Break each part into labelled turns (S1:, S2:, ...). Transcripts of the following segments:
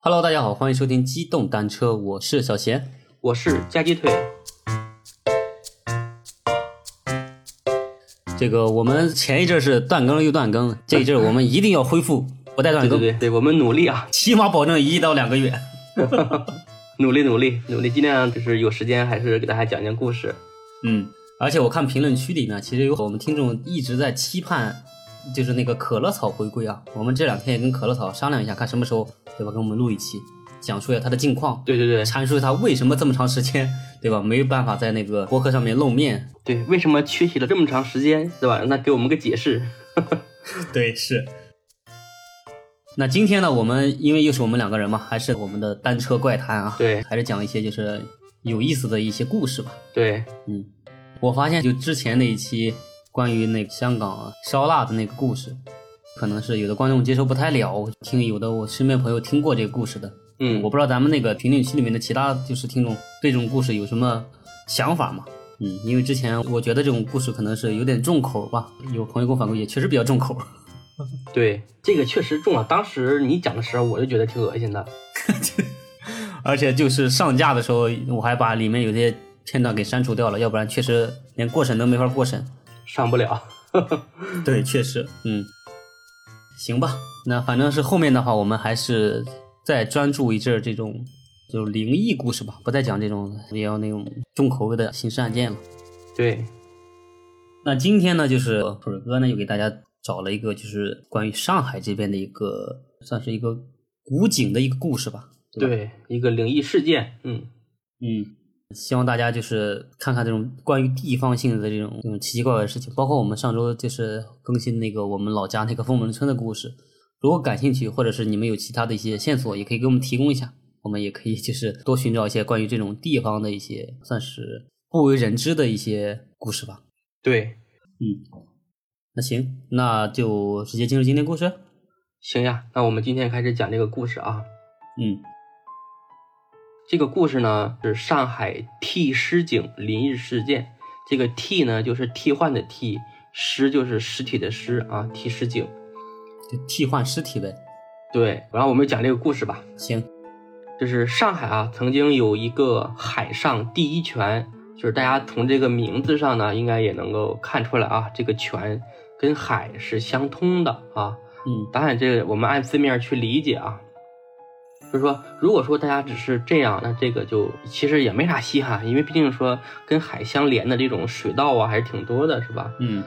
S1: Hello，大家好，欢迎收听机动单车，我是小贤。
S2: 我是夹鸡腿，
S1: 这个我们前一阵是断更又断更，这一阵我们一定要恢复不带断
S2: 对
S1: 更，
S2: 对对对，我们努力啊，
S1: 起码保证一到两个月。
S2: 努力努力努力，尽量就是有时间还是给大家讲讲故事。
S1: 嗯，而且我看评论区里呢，其实有我们听众一直在期盼，就是那个可乐草回归啊。我们这两天也跟可乐草商量一下，看什么时候对吧，跟我们录一期，讲述一下它的近况，
S2: 对对对
S1: 阐述它为什么这么长时间对吧，没有办法在那个博客上面露面。
S2: 对，为什么缺席了这么长时间，对吧？那给我们个解释。
S1: 对，是。那今天呢，我们因为又是我们两个人嘛，还是我们的单车怪谈啊，
S2: 对
S1: 还是讲一些就是有意思的一些故事吧。嗯
S2: 对，
S1: 我发现就之前那一期关于那个香港烧腊的那个故事，可能是有的观众接受不太了，我听有的我身边朋友听过这个故事的，
S2: 嗯，
S1: 我不知道咱们那个评论区里面的其他就是听众对这种故事有什么想法吗？嗯，因为之前我觉得这种故事可能是有点重口吧，有朋友给我反馈也确实比较重口，
S2: 对这个确实重啊。当时你讲的时候，我就觉得挺恶心的。
S1: 而且就是上架的时候，我还把里面有些片段给删除掉了，要不然确实连过审都没法过审。
S2: 上不了。
S1: 对，确实，嗯，行吧，那反正是后面的话，我们还是再专注一阵儿这种就灵异故事吧，不再讲这种比较那种重口味的刑事案件了。
S2: 对，
S1: 那今天呢，就是水哥呢又给大家找了一个就是关于上海这边的一个算是一个古井的一个故事吧。对吧
S2: 对，一个灵异事件。嗯，
S1: 嗯，希望大家就是看看这种关于地方性的这种这种奇奇怪怪的事情，包括我们上周就是更新那个我们老家那个封门村的故事。如果感兴趣，或者是你们有其他的一些线索，也可以给我们提供一下，我们也可以就是多寻找一些关于这种地方的一些算是不为人知的一些故事吧。
S2: 对，
S1: 那行，那就直接进入今天故事。
S2: 行呀，那我们今天开始讲这个故事啊。
S1: 嗯
S2: 这个故事呢是上海替尸井灵异事件。这个替呢就是替换的替，尸就是尸体的尸啊，替尸井。
S1: 就替换尸体呗。
S2: 对，然后我们讲这个故事吧。
S1: 行，
S2: 就是上海啊，曾经有一个海上第一泉，就是大家从这个名字上呢，应该也能够看出来啊，这个泉跟海是相通的啊。
S1: 嗯
S2: 当然，这个我们按字面去理解啊。就是说，如果说大家只是这样，那这个就其实也没啥稀罕，因为毕竟说跟海相连的这种水道啊还是挺多的，是吧？
S1: 嗯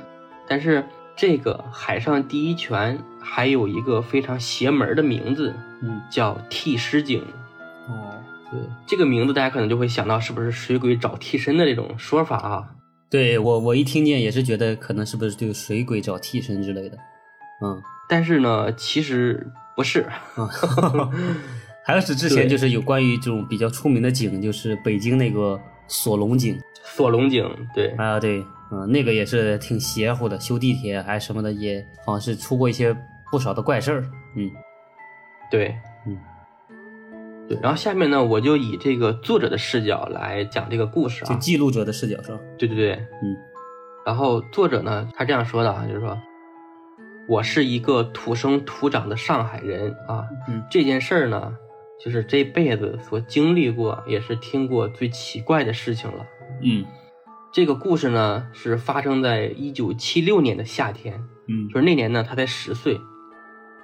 S2: 但是这个海上第一泉还有一个非常邪门的名字，
S1: 嗯
S2: 叫替尸井。
S1: 哦，
S2: 对，这个名字大家可能就会想到是不是水鬼找替身的这种说法啊？
S1: 对我我一听见也是觉得可能是不是就水鬼找替身之类的。嗯。
S2: 但是呢，其实不是。
S1: 啊， 还有是之前
S2: 对
S1: 就是有关于这种比较出名的井，就是北京那个锁龙井
S2: 锁龙井，对
S1: 啊，对，嗯、那个也是挺邪乎的，修地铁还什么的，也好像是出过一些不少的怪事儿。嗯
S2: 对，
S1: 嗯，
S2: 对。然后下面呢，我就以这个作者的视角来讲这个故事
S1: 就
S2: 啊。
S1: 记录者的视角是吧？
S2: 对对对，
S1: 嗯。
S2: 然后作者呢，他这样说的啊，就是说，我是一个土生土长的上海人啊，
S1: 嗯
S2: 这件事儿呢，就是这辈子所经历过，也是听过最奇怪的事情了。
S1: 嗯
S2: 这个故事呢，是发生在一九七六年的夏天，
S1: 嗯
S2: 就是那年呢，他才十岁，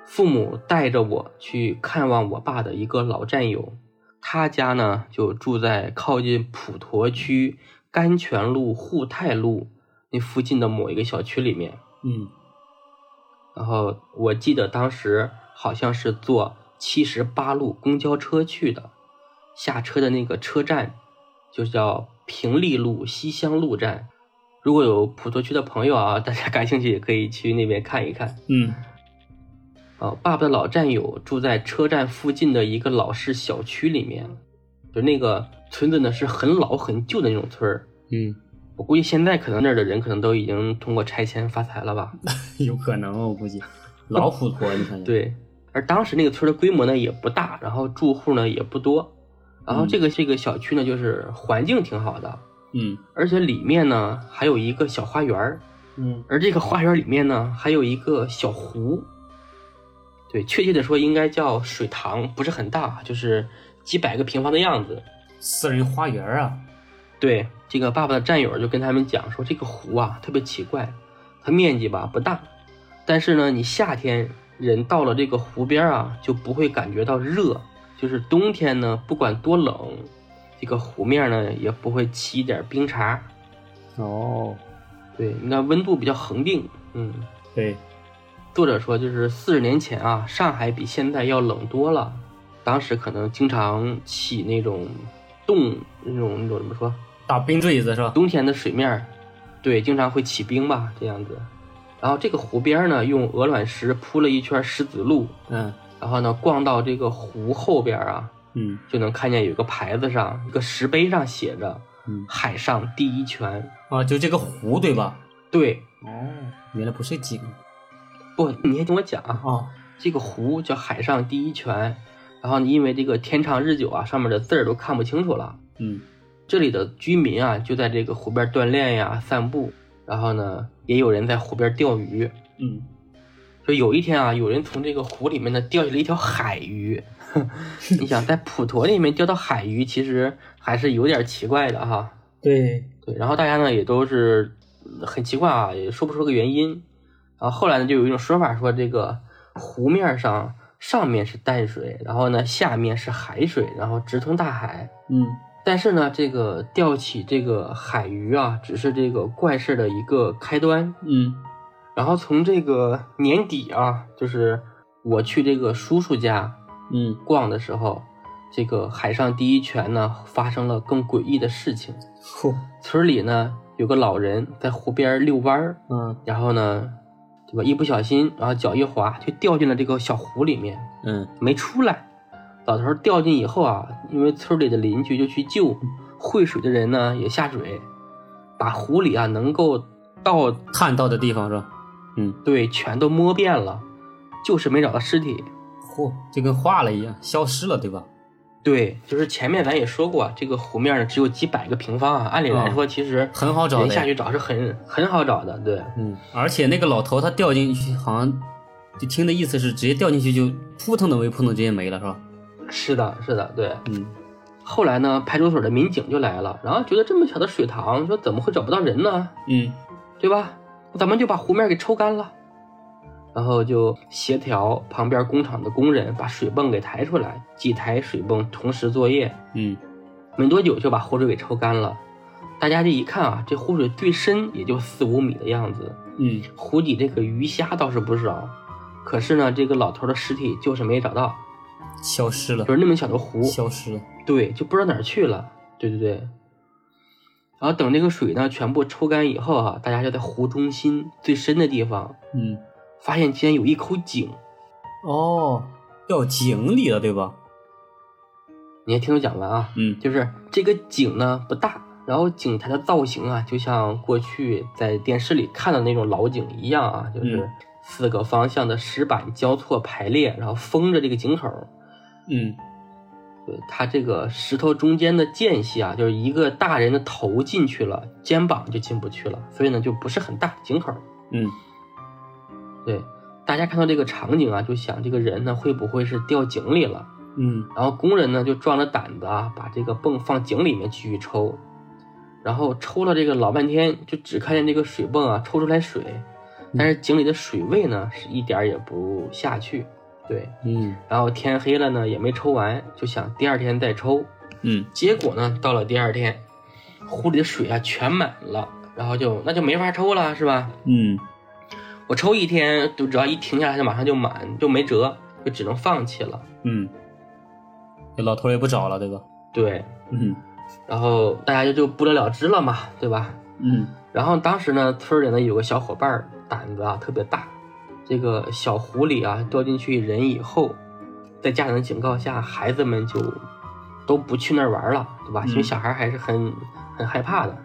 S2: 父母带着我去看望我爸的一个老战友，他家呢就住在靠近普陀区甘泉路沪泰路那附近的某一个小区里面。
S1: 嗯
S2: 然后我记得当时好像是坐七十八路公交车去的，下车的那个车站就叫平利路西乡路站。如果有普陀区的朋友啊，大家感 兴趣也可以去那边看一看
S1: 嗯
S2: 啊。爸爸的老战友住在车站附近的一个老式小区里面，就那个村子呢是很老很旧的那种村儿。
S1: 嗯，
S2: 我估计现在可能那儿的人可能都已经通过拆迁发财了吧。
S1: 有可能哦我估计 老普陀，你看，
S2: 对，而当时那个村儿的规模呢也不大，然后住户呢也不多，然后这个这个小区呢就是环境挺好的，
S1: 嗯
S2: 而且里面呢还有一个小花园儿，
S1: 嗯
S2: 而这个花园里面呢还有一个小湖。对，确切的说应该叫水塘，不是很大，就是几百个平方的样子。
S1: 私人花园啊，
S2: 对，这个爸爸的战友就跟他们讲说，这个湖啊特别奇怪，它面积吧不大，但是呢，你夏天人到了这个湖边啊，就不会感觉到热，就是冬天呢，不管多冷，这个湖面呢也不会起一点冰碴。
S1: 哦，
S2: 对，应该温度比较恒定。嗯，
S1: 对，
S2: 作者说就是四十年前啊，上海比现在要冷多了，当时可能经常起那种冻，那种那种怎么说？
S1: 打冰坠子是吧？
S2: 冬天的水面儿，对，经常会起冰吧，这样子。然后这个湖边儿呢，用鹅卵石铺了一圈石子路，
S1: 嗯
S2: 然后呢，逛到这个湖后边儿啊，
S1: 嗯
S2: 就能看见有一个牌子上，一个石碑上写着
S1: 嗯
S2: “海上第一泉
S1: 啊，就这个湖对吧？”。
S2: 对，
S1: 哦，原来不是井
S2: 不，你先听我讲啊，
S1: 啊，
S2: 这个湖叫海上第一泉，然后因为这个天长日久啊，上面的字儿都看不清楚了。
S1: 嗯
S2: 这里的居民啊，就在这个湖边锻炼呀、散步，然后呢，也有人在湖边钓鱼。
S1: 嗯，
S2: 就有一天啊，有人从这个湖里面呢钓起了一条海鱼。 你想在普陀里面钓到海鱼，其实还是有点奇怪的哈。
S1: 对，
S2: 对，然后大家呢也都是嗯很奇怪啊，也说不出个原因。然后后来呢，就有一种说法说，这个湖面上上面是淡水，然后呢下面是海水，然后直通大海。
S1: 嗯
S2: 但是呢，这个钓起这个海鱼啊，只是这个怪事的一个开端。
S1: 嗯
S2: 然后从这个年底啊，就是我去这个叔叔家
S1: 嗯，
S2: 逛的时候，这个海上第一泉呢发生了更诡异的事情。
S1: 嚯，
S2: 村里呢有个老人在湖边遛弯儿，
S1: 嗯
S2: 然后呢，对吧？一不小心，然后脚一滑，就掉进了这个小湖里面，
S1: 嗯，
S2: 没出来。老头儿掉进以后啊，因为村里的邻居就去救，会水的人呢也下水，把湖里啊能够到
S1: 看到的地方是吧？嗯，
S2: 对全都摸遍了，就是没找到尸体。
S1: 嚯，就跟化了一样，消失了对吧？
S2: 对，就是前面咱也说过，啊这个湖面呢只有几百个平方啊，按理来说其实
S1: 哦很好找的
S2: 人下去找是很很好找的，对。
S1: 嗯，而且那个老头他掉进去，好像就听的意思是直接掉进去就扑腾都没扑腾，直接没了是吧？
S2: 是的，是的，对。
S1: 嗯
S2: 后来呢，派出所的民警就来了，然后觉得这么小的水塘，说怎么会找不到人呢？
S1: 嗯
S2: 对吧？咱们就把湖面给抽干了，然后就协调旁边工厂的工人把水泵给抬出来，几台水泵同时作业，
S1: 嗯
S2: 没多久就把湖水给抽干了。大家这一看啊，这湖水最深也就四五米的样子，
S1: 嗯，
S2: 湖底这个鱼虾倒是不少，可是呢，这个老头的尸体就是没找到，
S1: 消失了
S2: 就，是那么小的湖，
S1: 消失了。
S2: 对，就不知道哪儿去了。对对对。然后等这个水呢全部抽干以后啊，大家就在湖中心最深的地方
S1: 嗯，
S2: 发现竟然有一口井。
S1: 哦，掉井里了对吧？
S2: 你先听我讲完啊，
S1: 嗯
S2: 就是这个井呢不大，然后井台的造型啊，就像过去在电视里看到那种老井一样啊，就是
S1: 嗯
S2: 四个方向的石板交错排列，然后封着这个井口。
S1: 嗯
S2: 对它呃这个石头中间的间隙啊，就是一个大人的头进去了，肩膀就进不去了，所以呢就不是很大井口。
S1: 嗯
S2: 对，大家看到这个场景啊，就想这个人呢会不会是掉井里了？
S1: 嗯
S2: 然后工人呢就壮着胆子啊，把这个泵放井里面继续抽，然后抽了这个老半天，就只看见这个水泵啊抽出来水，但是井里的水位呢是一点儿也不下去。对，
S1: 嗯
S2: 然后天黑了呢也没抽完，就想第二天再抽。
S1: 嗯
S2: 结果呢，到了第二天，湖里的水啊全满了，然后就那就没法抽了，是吧？
S1: 嗯
S2: 我抽一天，就只要一停下来，就马上就满，就没辙，就只能放弃了。
S1: 嗯，这老头儿也不找了对吧？
S2: 对，
S1: 嗯
S2: 然后大家就就不了了之了嘛，对吧？
S1: 嗯
S2: 然后当时呢，村里呢有个小伙伴儿胆子啊特别大，这个小湖里啊掉进去人以后，在家长的警告下，孩子们就都不去那儿玩了，对吧？
S1: 嗯
S2: 因为小孩还是很 很害怕的。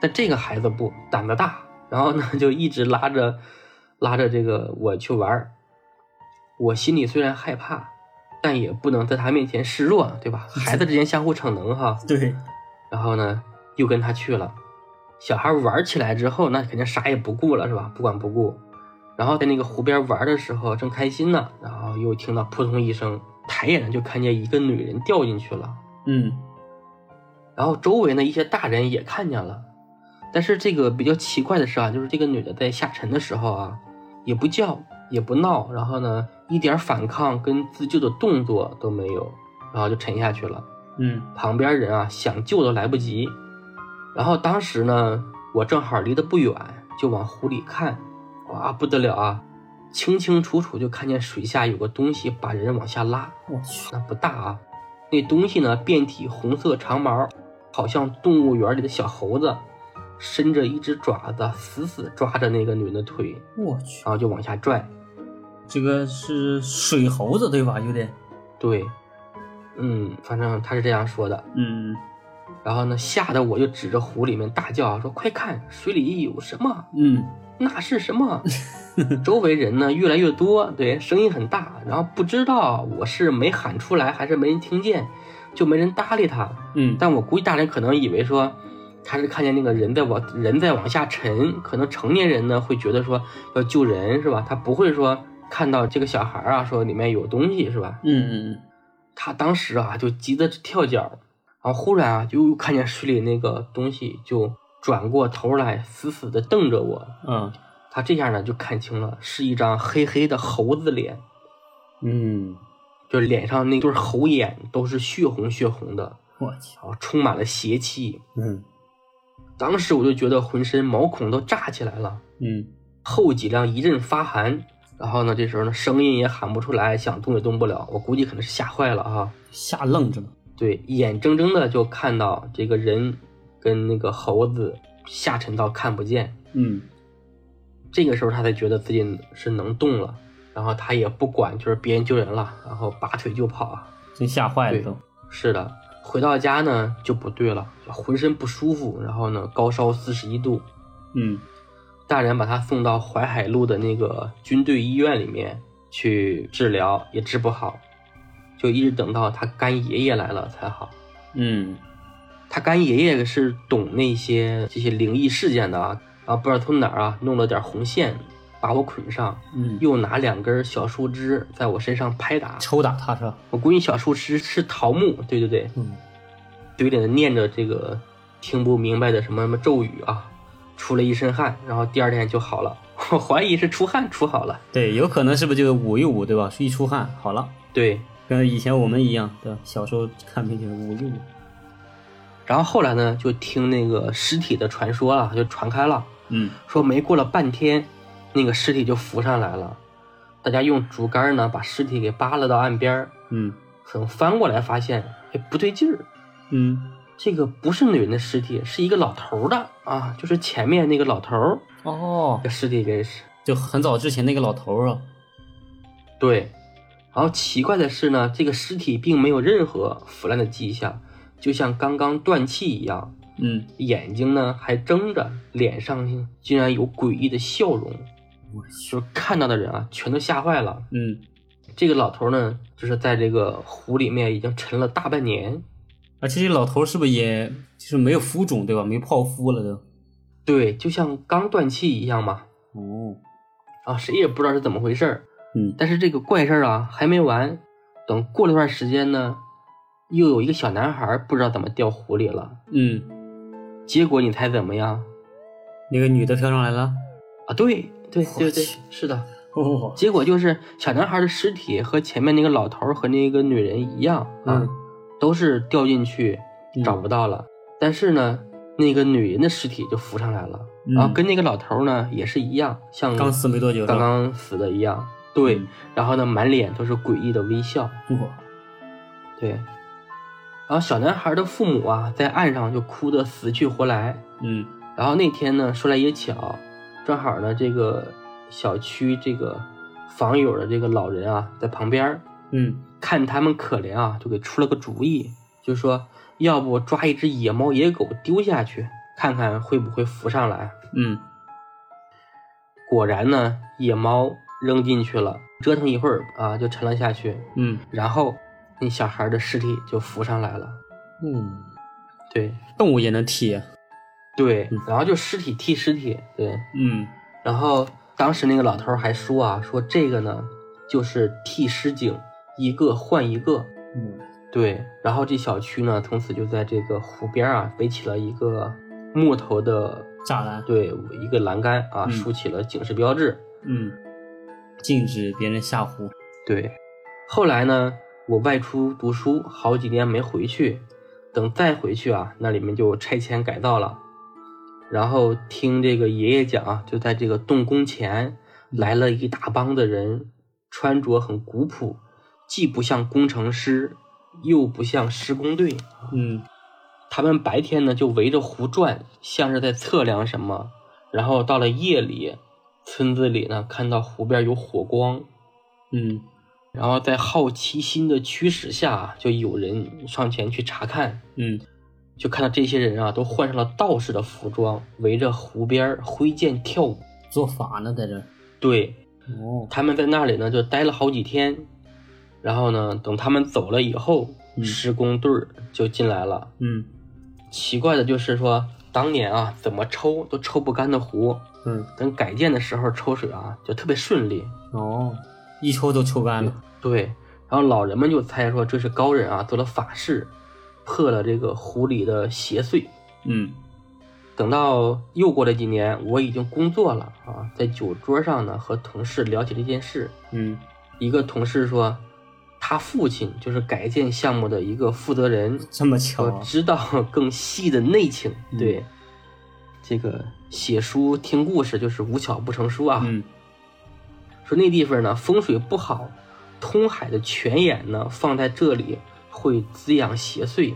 S2: 但这个孩子不胆子大，然后呢就一直拉着 拉着这个我去玩儿。我心里虽然害怕，但也不能在他面前示弱，对吧？孩子之间相互逞能哈。
S1: 对，
S2: 然后呢，又跟他去了。小孩玩起来之后，那肯定啥也不顾了，是吧？不管不顾，然后在那个湖边玩的时候，正开心呢，然后又听到扑通一声，抬眼就看见一个女人掉进去了。
S1: 嗯
S2: 然后周围呢一些大人也看见了，但是这个比较奇怪的是啊，就是这个女的在下沉的时候啊，也不叫也不闹，然后呢一点反抗跟自救的动作都没有，然后就沉下去了。
S1: 嗯
S2: 旁边人啊想救都来不及。然后当时呢，我正好离得不远，就往湖里看，哇不得了啊！清清楚楚就看见水下有个东西把人往下拉，
S1: 我去，
S2: 那不大啊。那东西呢，遍体红色长毛，好像动物园里的小猴子，伸着一只爪子，死死抓着那个女人的腿，
S1: 我去，
S2: 然后就往下拽。
S1: 这个是水猴子对吧？有点，
S2: 对，嗯，反正他是这样说的。
S1: 嗯
S2: 然后呢，吓得我就指着湖里面大叫啊说：“快看，水里有什么？
S1: 嗯
S2: 那是什么？”周围人呢越来越多，对，声音很大。然后不知道我是没喊出来，还是没人听见，就没人搭理他。
S1: 嗯，
S2: 但我估计大人可能以为说，他是看见那个人在往人在往下沉，可能成年人呢会觉得说要救人是吧？他不会说看到这个小孩啊说里面有东西是吧？
S1: 嗯嗯
S2: 他当时啊就急得跳脚，然后忽然啊就又看见水里那个东西就转过头来，死死地瞪着我。
S1: 嗯
S2: 他这下呢就看清了，是一张黑黑的猴子脸，
S1: 嗯，
S2: 就是脸上那对猴眼都是血红血红的，
S1: 我去，
S2: 然后充满了邪气。
S1: 嗯
S2: 当时我就觉得浑身毛孔都炸起来了，
S1: 嗯
S2: 后脊梁一阵发寒。然后呢，这时候呢，声音也喊不出来，想动也动不了。我估计可能是吓坏了啊。
S1: 吓愣着了，
S2: 对，眼睁睁的就看到这个人跟那个猴子下沉到看不见。
S1: 嗯
S2: 这个时候他才觉得自己是能动了，然后他也不管就是别人救人了，然后拔腿就跑啊。
S1: 真吓坏了都，
S2: 是的，回到家呢就不对了，浑身不舒服，然后呢高烧四十一度，
S1: 嗯
S2: 大人把他送到淮海路的那个军队医院里面去治疗，也治不好，就一直等到他干爷爷来了才好。
S1: 嗯
S2: 他干爷爷是懂那些这些灵异事件的啊，啊，不知道从哪儿啊弄了点红线把我捆上，
S1: 嗯，
S2: 又拿两根小树枝在我身上拍打。
S1: 抽打他是吧？
S2: 我估计小树枝是桃木，对对对，
S1: 嗯
S2: 嘴里念着这个听不明白的什么什么咒语啊，出了一身汗，然后第二天就好了。 我怀疑是出汗出好了，
S1: 对，有可能是不是就捂一捂，对吧？一出汗好了，
S2: 对。
S1: 跟以前我们一样，对吧？小时候看病就是捂一捂，
S2: 然后后来呢，就听那个尸体的传说了，就传开了。
S1: 嗯
S2: 说没过了半天，那个尸体就浮上来了。大家用竹竿呢把尸体给扒拉到岸边儿，
S1: 嗯
S2: 等翻过来发现，哎不对劲儿，
S1: 嗯，
S2: 这个不是女人的尸体，是一个老头儿的啊，就是前面那个老头儿
S1: 哦
S2: 的，尸体给是。
S1: 就很早之前那个老头儿啊，
S2: 对，然后奇怪的是呢，这个尸体并没有任何腐烂的迹象，就像刚刚断气一样，
S1: 嗯，
S2: 眼睛呢还睁着，脸上竟然有诡异的笑容，
S1: 我
S2: 就是看到的人啊全都吓坏了。
S1: 嗯，
S2: 这个老头呢，就是在这个湖里面已经沉了大半年。
S1: 而且这啊老头儿是不是也就是没有浮肿，对吧？没泡芙了都，
S2: 对，就像刚断气一样嘛。
S1: 哦，
S2: 啊，谁也不知道是怎么回事儿。
S1: 嗯
S2: 但是这个怪事儿啊还没完，等过了段时间呢，又有一个小男孩不知道怎么掉湖里了。
S1: 嗯，
S2: 结果你猜怎么样？
S1: 那个女的飘上来了，
S2: 啊，对对对
S1: 我
S2: 对
S1: 去，
S2: 是的。
S1: 哦，
S2: 结果就是小男孩的尸体和前面那个老头儿和那个女人一样啊，
S1: 嗯
S2: 都是掉进去
S1: 嗯
S2: 找不到了。但是呢，那个女人的尸体就浮上来了，
S1: 嗯
S2: 然后跟那个老头儿呢也是一样，像
S1: 刚死没多久是吧，
S2: 刚刚死的一样。对，然后呢，满脸都是诡异的微笑。
S1: 嗯，哇，
S2: 对，然后小男孩的父母啊，在岸上就哭得死去活来。
S1: 嗯
S2: 然后那天呢，说来也巧，正好呢，这个小区这个房友的这个老人啊，在旁边儿
S1: 嗯，
S2: 看他们可怜啊，就给出了个主意，就说要不抓一只野猫野狗丢下去，看看会不会浮上来。
S1: 嗯
S2: 果然呢，野猫扔进去了，折腾一会儿啊，就沉了下去。
S1: 嗯
S2: 然后那小孩的尸体就浮上来了。
S1: 嗯，
S2: 对
S1: 动物也能踢，啊
S2: 对
S1: 嗯，
S2: 然后就尸体替尸体，对，
S1: 嗯
S2: 然后当时那个老头儿还说啊，说这个呢就是替尸警，一个换一个。
S1: 嗯，
S2: 对，然后这小区呢，从此就在这个湖边啊围起了一个木头的，
S1: 栅栏，
S2: 对，一个栏杆啊，
S1: 嗯
S2: 竖起了警示标志。
S1: 嗯，禁止别人下湖。
S2: 对，后来呢，我外出读书，好几年没回去，等再回去啊，那里面就拆迁改造了。然后听这个爷爷讲啊，就在这个动工前来了一大帮的人，穿着很古朴，既不像工程师，又不像施工队。
S1: 嗯
S2: 他们白天呢就围着湖转，像是在测量什么。然后到了夜里，村子里呢看到湖边有火光，
S1: 嗯
S2: 然后在好奇心的驱使下，就有人上前去查看，
S1: 嗯
S2: 就看到这些人啊，都换上了道士的服装，围着湖边儿挥剑跳舞。
S1: 做法呢，在这儿。
S2: 对，
S1: 哦，
S2: 他们在那里呢就待了好几天，然后呢，等他们走了以后，
S1: 嗯
S2: 施工队儿就进来了。
S1: 嗯
S2: 奇怪的就是说，当年啊，怎么抽都抽不干的湖，
S1: 嗯，
S2: 等改建的时候抽水啊，就特别顺利。
S1: 哦，一抽都抽干了。
S2: 对，然后老人们就猜说这是高人啊做了法事，破了这个湖里的邪祟。
S1: 嗯
S2: 等到又过了几年，我已经工作了啊，在酒桌上呢和同事聊起这件事，
S1: 嗯
S2: 一个同事说，他父亲就是改建项目的一个负责人，
S1: 这么巧
S2: 我
S1: 啊。
S2: 知道更细的内情。
S1: 嗯
S2: 对，这个写书听故事就是无巧不成书啊。
S1: 嗯
S2: 说那地方呢风水不好，通海的泉眼呢放在这里会滋养邪祟。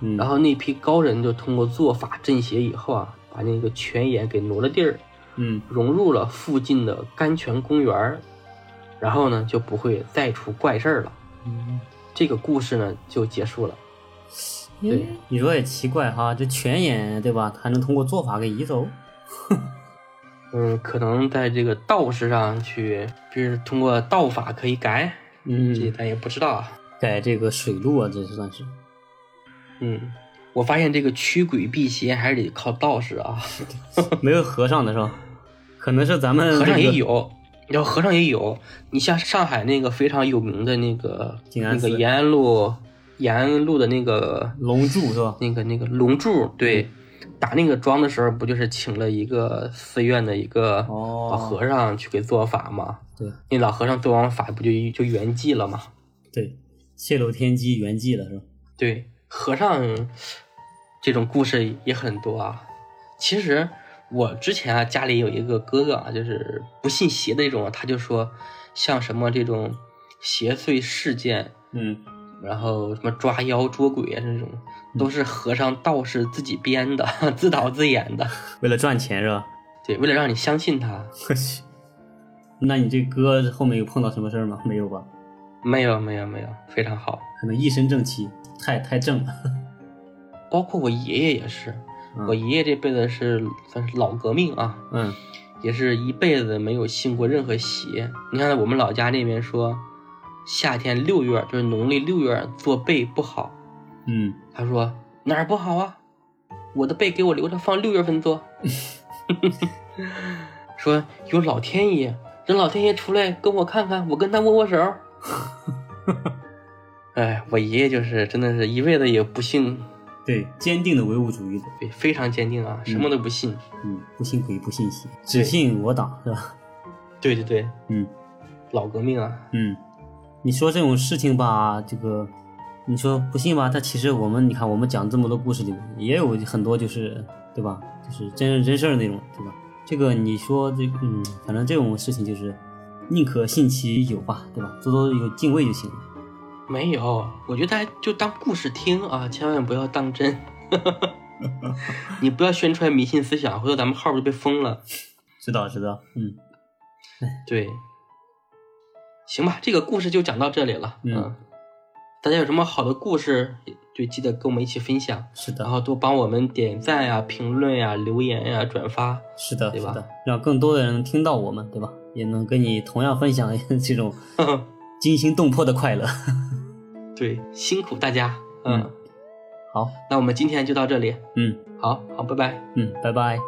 S1: 嗯，
S2: 然后那批高人就通过做法镇邪以后啊，把那个泉眼给挪了地儿，
S1: 嗯
S2: 融入了附近的甘泉公园儿，然后呢就不会再出怪事儿了。
S1: 嗯，
S2: 这个故事呢就结束了。
S1: 对，你说也奇怪哈，这泉眼对吧？它能通过做法给移走？
S2: 嗯，可能在这个道士上去，就是通过道法可以改，这
S1: 嗯，
S2: 咱也不知道啊。
S1: 改这个水路啊，这算 是。
S2: 嗯，我发现这个驱鬼辟邪还是得靠道士啊，
S1: 没有和尚的是吧？可能是咱们
S2: 和尚
S1: 这
S2: 也
S1: 个
S2: 有，然后和尚也有。你像上海那个非常有名的那个
S1: 静安
S2: 那
S1: 寺
S2: 个延安路，延安路的那个
S1: 龙柱是吧？
S2: 那个那个龙柱，对，
S1: 嗯
S2: 打那个桩的时候不就是请了一个寺院的一个
S1: 哦
S2: 老和尚去给做法吗？
S1: 对
S2: 那老和尚做完法不就就圆寂了吗？
S1: 对，泄露天机圆寂了是吧？
S2: 对，和尚这种故事也很多啊。其实我之前啊，家里有一个哥哥啊，就是不信邪的这种啊，他就说像什么这种邪祟事件，
S1: 嗯，
S2: 然后什么抓妖捉鬼啊这种，都是和尚道士自己编的， 自导自演的。
S1: 为了赚钱是吧？
S2: 对，为了让你相信他，
S1: 我去，那你这哥后面有碰到什么事儿吗？没有吧？
S2: 没有没有没有，非常好。
S1: 可能一身正气，太太正了。
S2: 包括我爷爷也是，我爷爷这辈子是算是老革命啊，
S1: 嗯
S2: 也是一辈子没有信过任何邪。你看我们老家那边说，夏天六月就是农历六月做被不好，
S1: 嗯，
S2: 他说哪儿不好啊？我的被给我留着放六月份做。 说有老天爷，等老天爷出来跟我看看，我跟他握握手。 哎，我爷爷就是真的是一辈子也不信，
S1: 对，坚定的唯物主义者，
S2: 对，非常坚定啊，什么都不信。
S1: 嗯，不信鬼不信邪，只
S2: 对
S1: 信我党是吧？
S2: 对对对，
S1: 嗯
S2: 老革命啊，
S1: 嗯，你说这种事情吧，这个你说不信吧，它其实我们你看我们讲这么多故事里面，也有很多就是对吧，就是真人真事儿那种对吧？这个你说这个嗯，反正这种事情就是宁可信其有吧，对吧？多多有敬畏就行了。
S2: 没有，我觉得大家就当故事听啊，千万不要当真。 你不要宣传迷信思想，回头咱们号就被封了。
S1: 知道知道，嗯
S2: 对，行吧，这个故事就讲到这里了。
S1: 嗯
S2: 大家有什么好的故事，就记得跟我们一起分享，
S1: 是
S2: 然
S1: 的，
S2: 后多帮我们点赞呀、评论呀、留言呀、转发。
S1: 是的，
S2: 对
S1: 是
S2: 吧
S1: 的，让更多的人听到我们，对吧？也能跟你同样分享这种惊心动魄的快乐。
S2: 对，辛苦大家。
S1: 嗯好，
S2: 那我们今天就到这里。
S1: 嗯
S2: 好好，拜拜。
S1: 嗯，拜拜。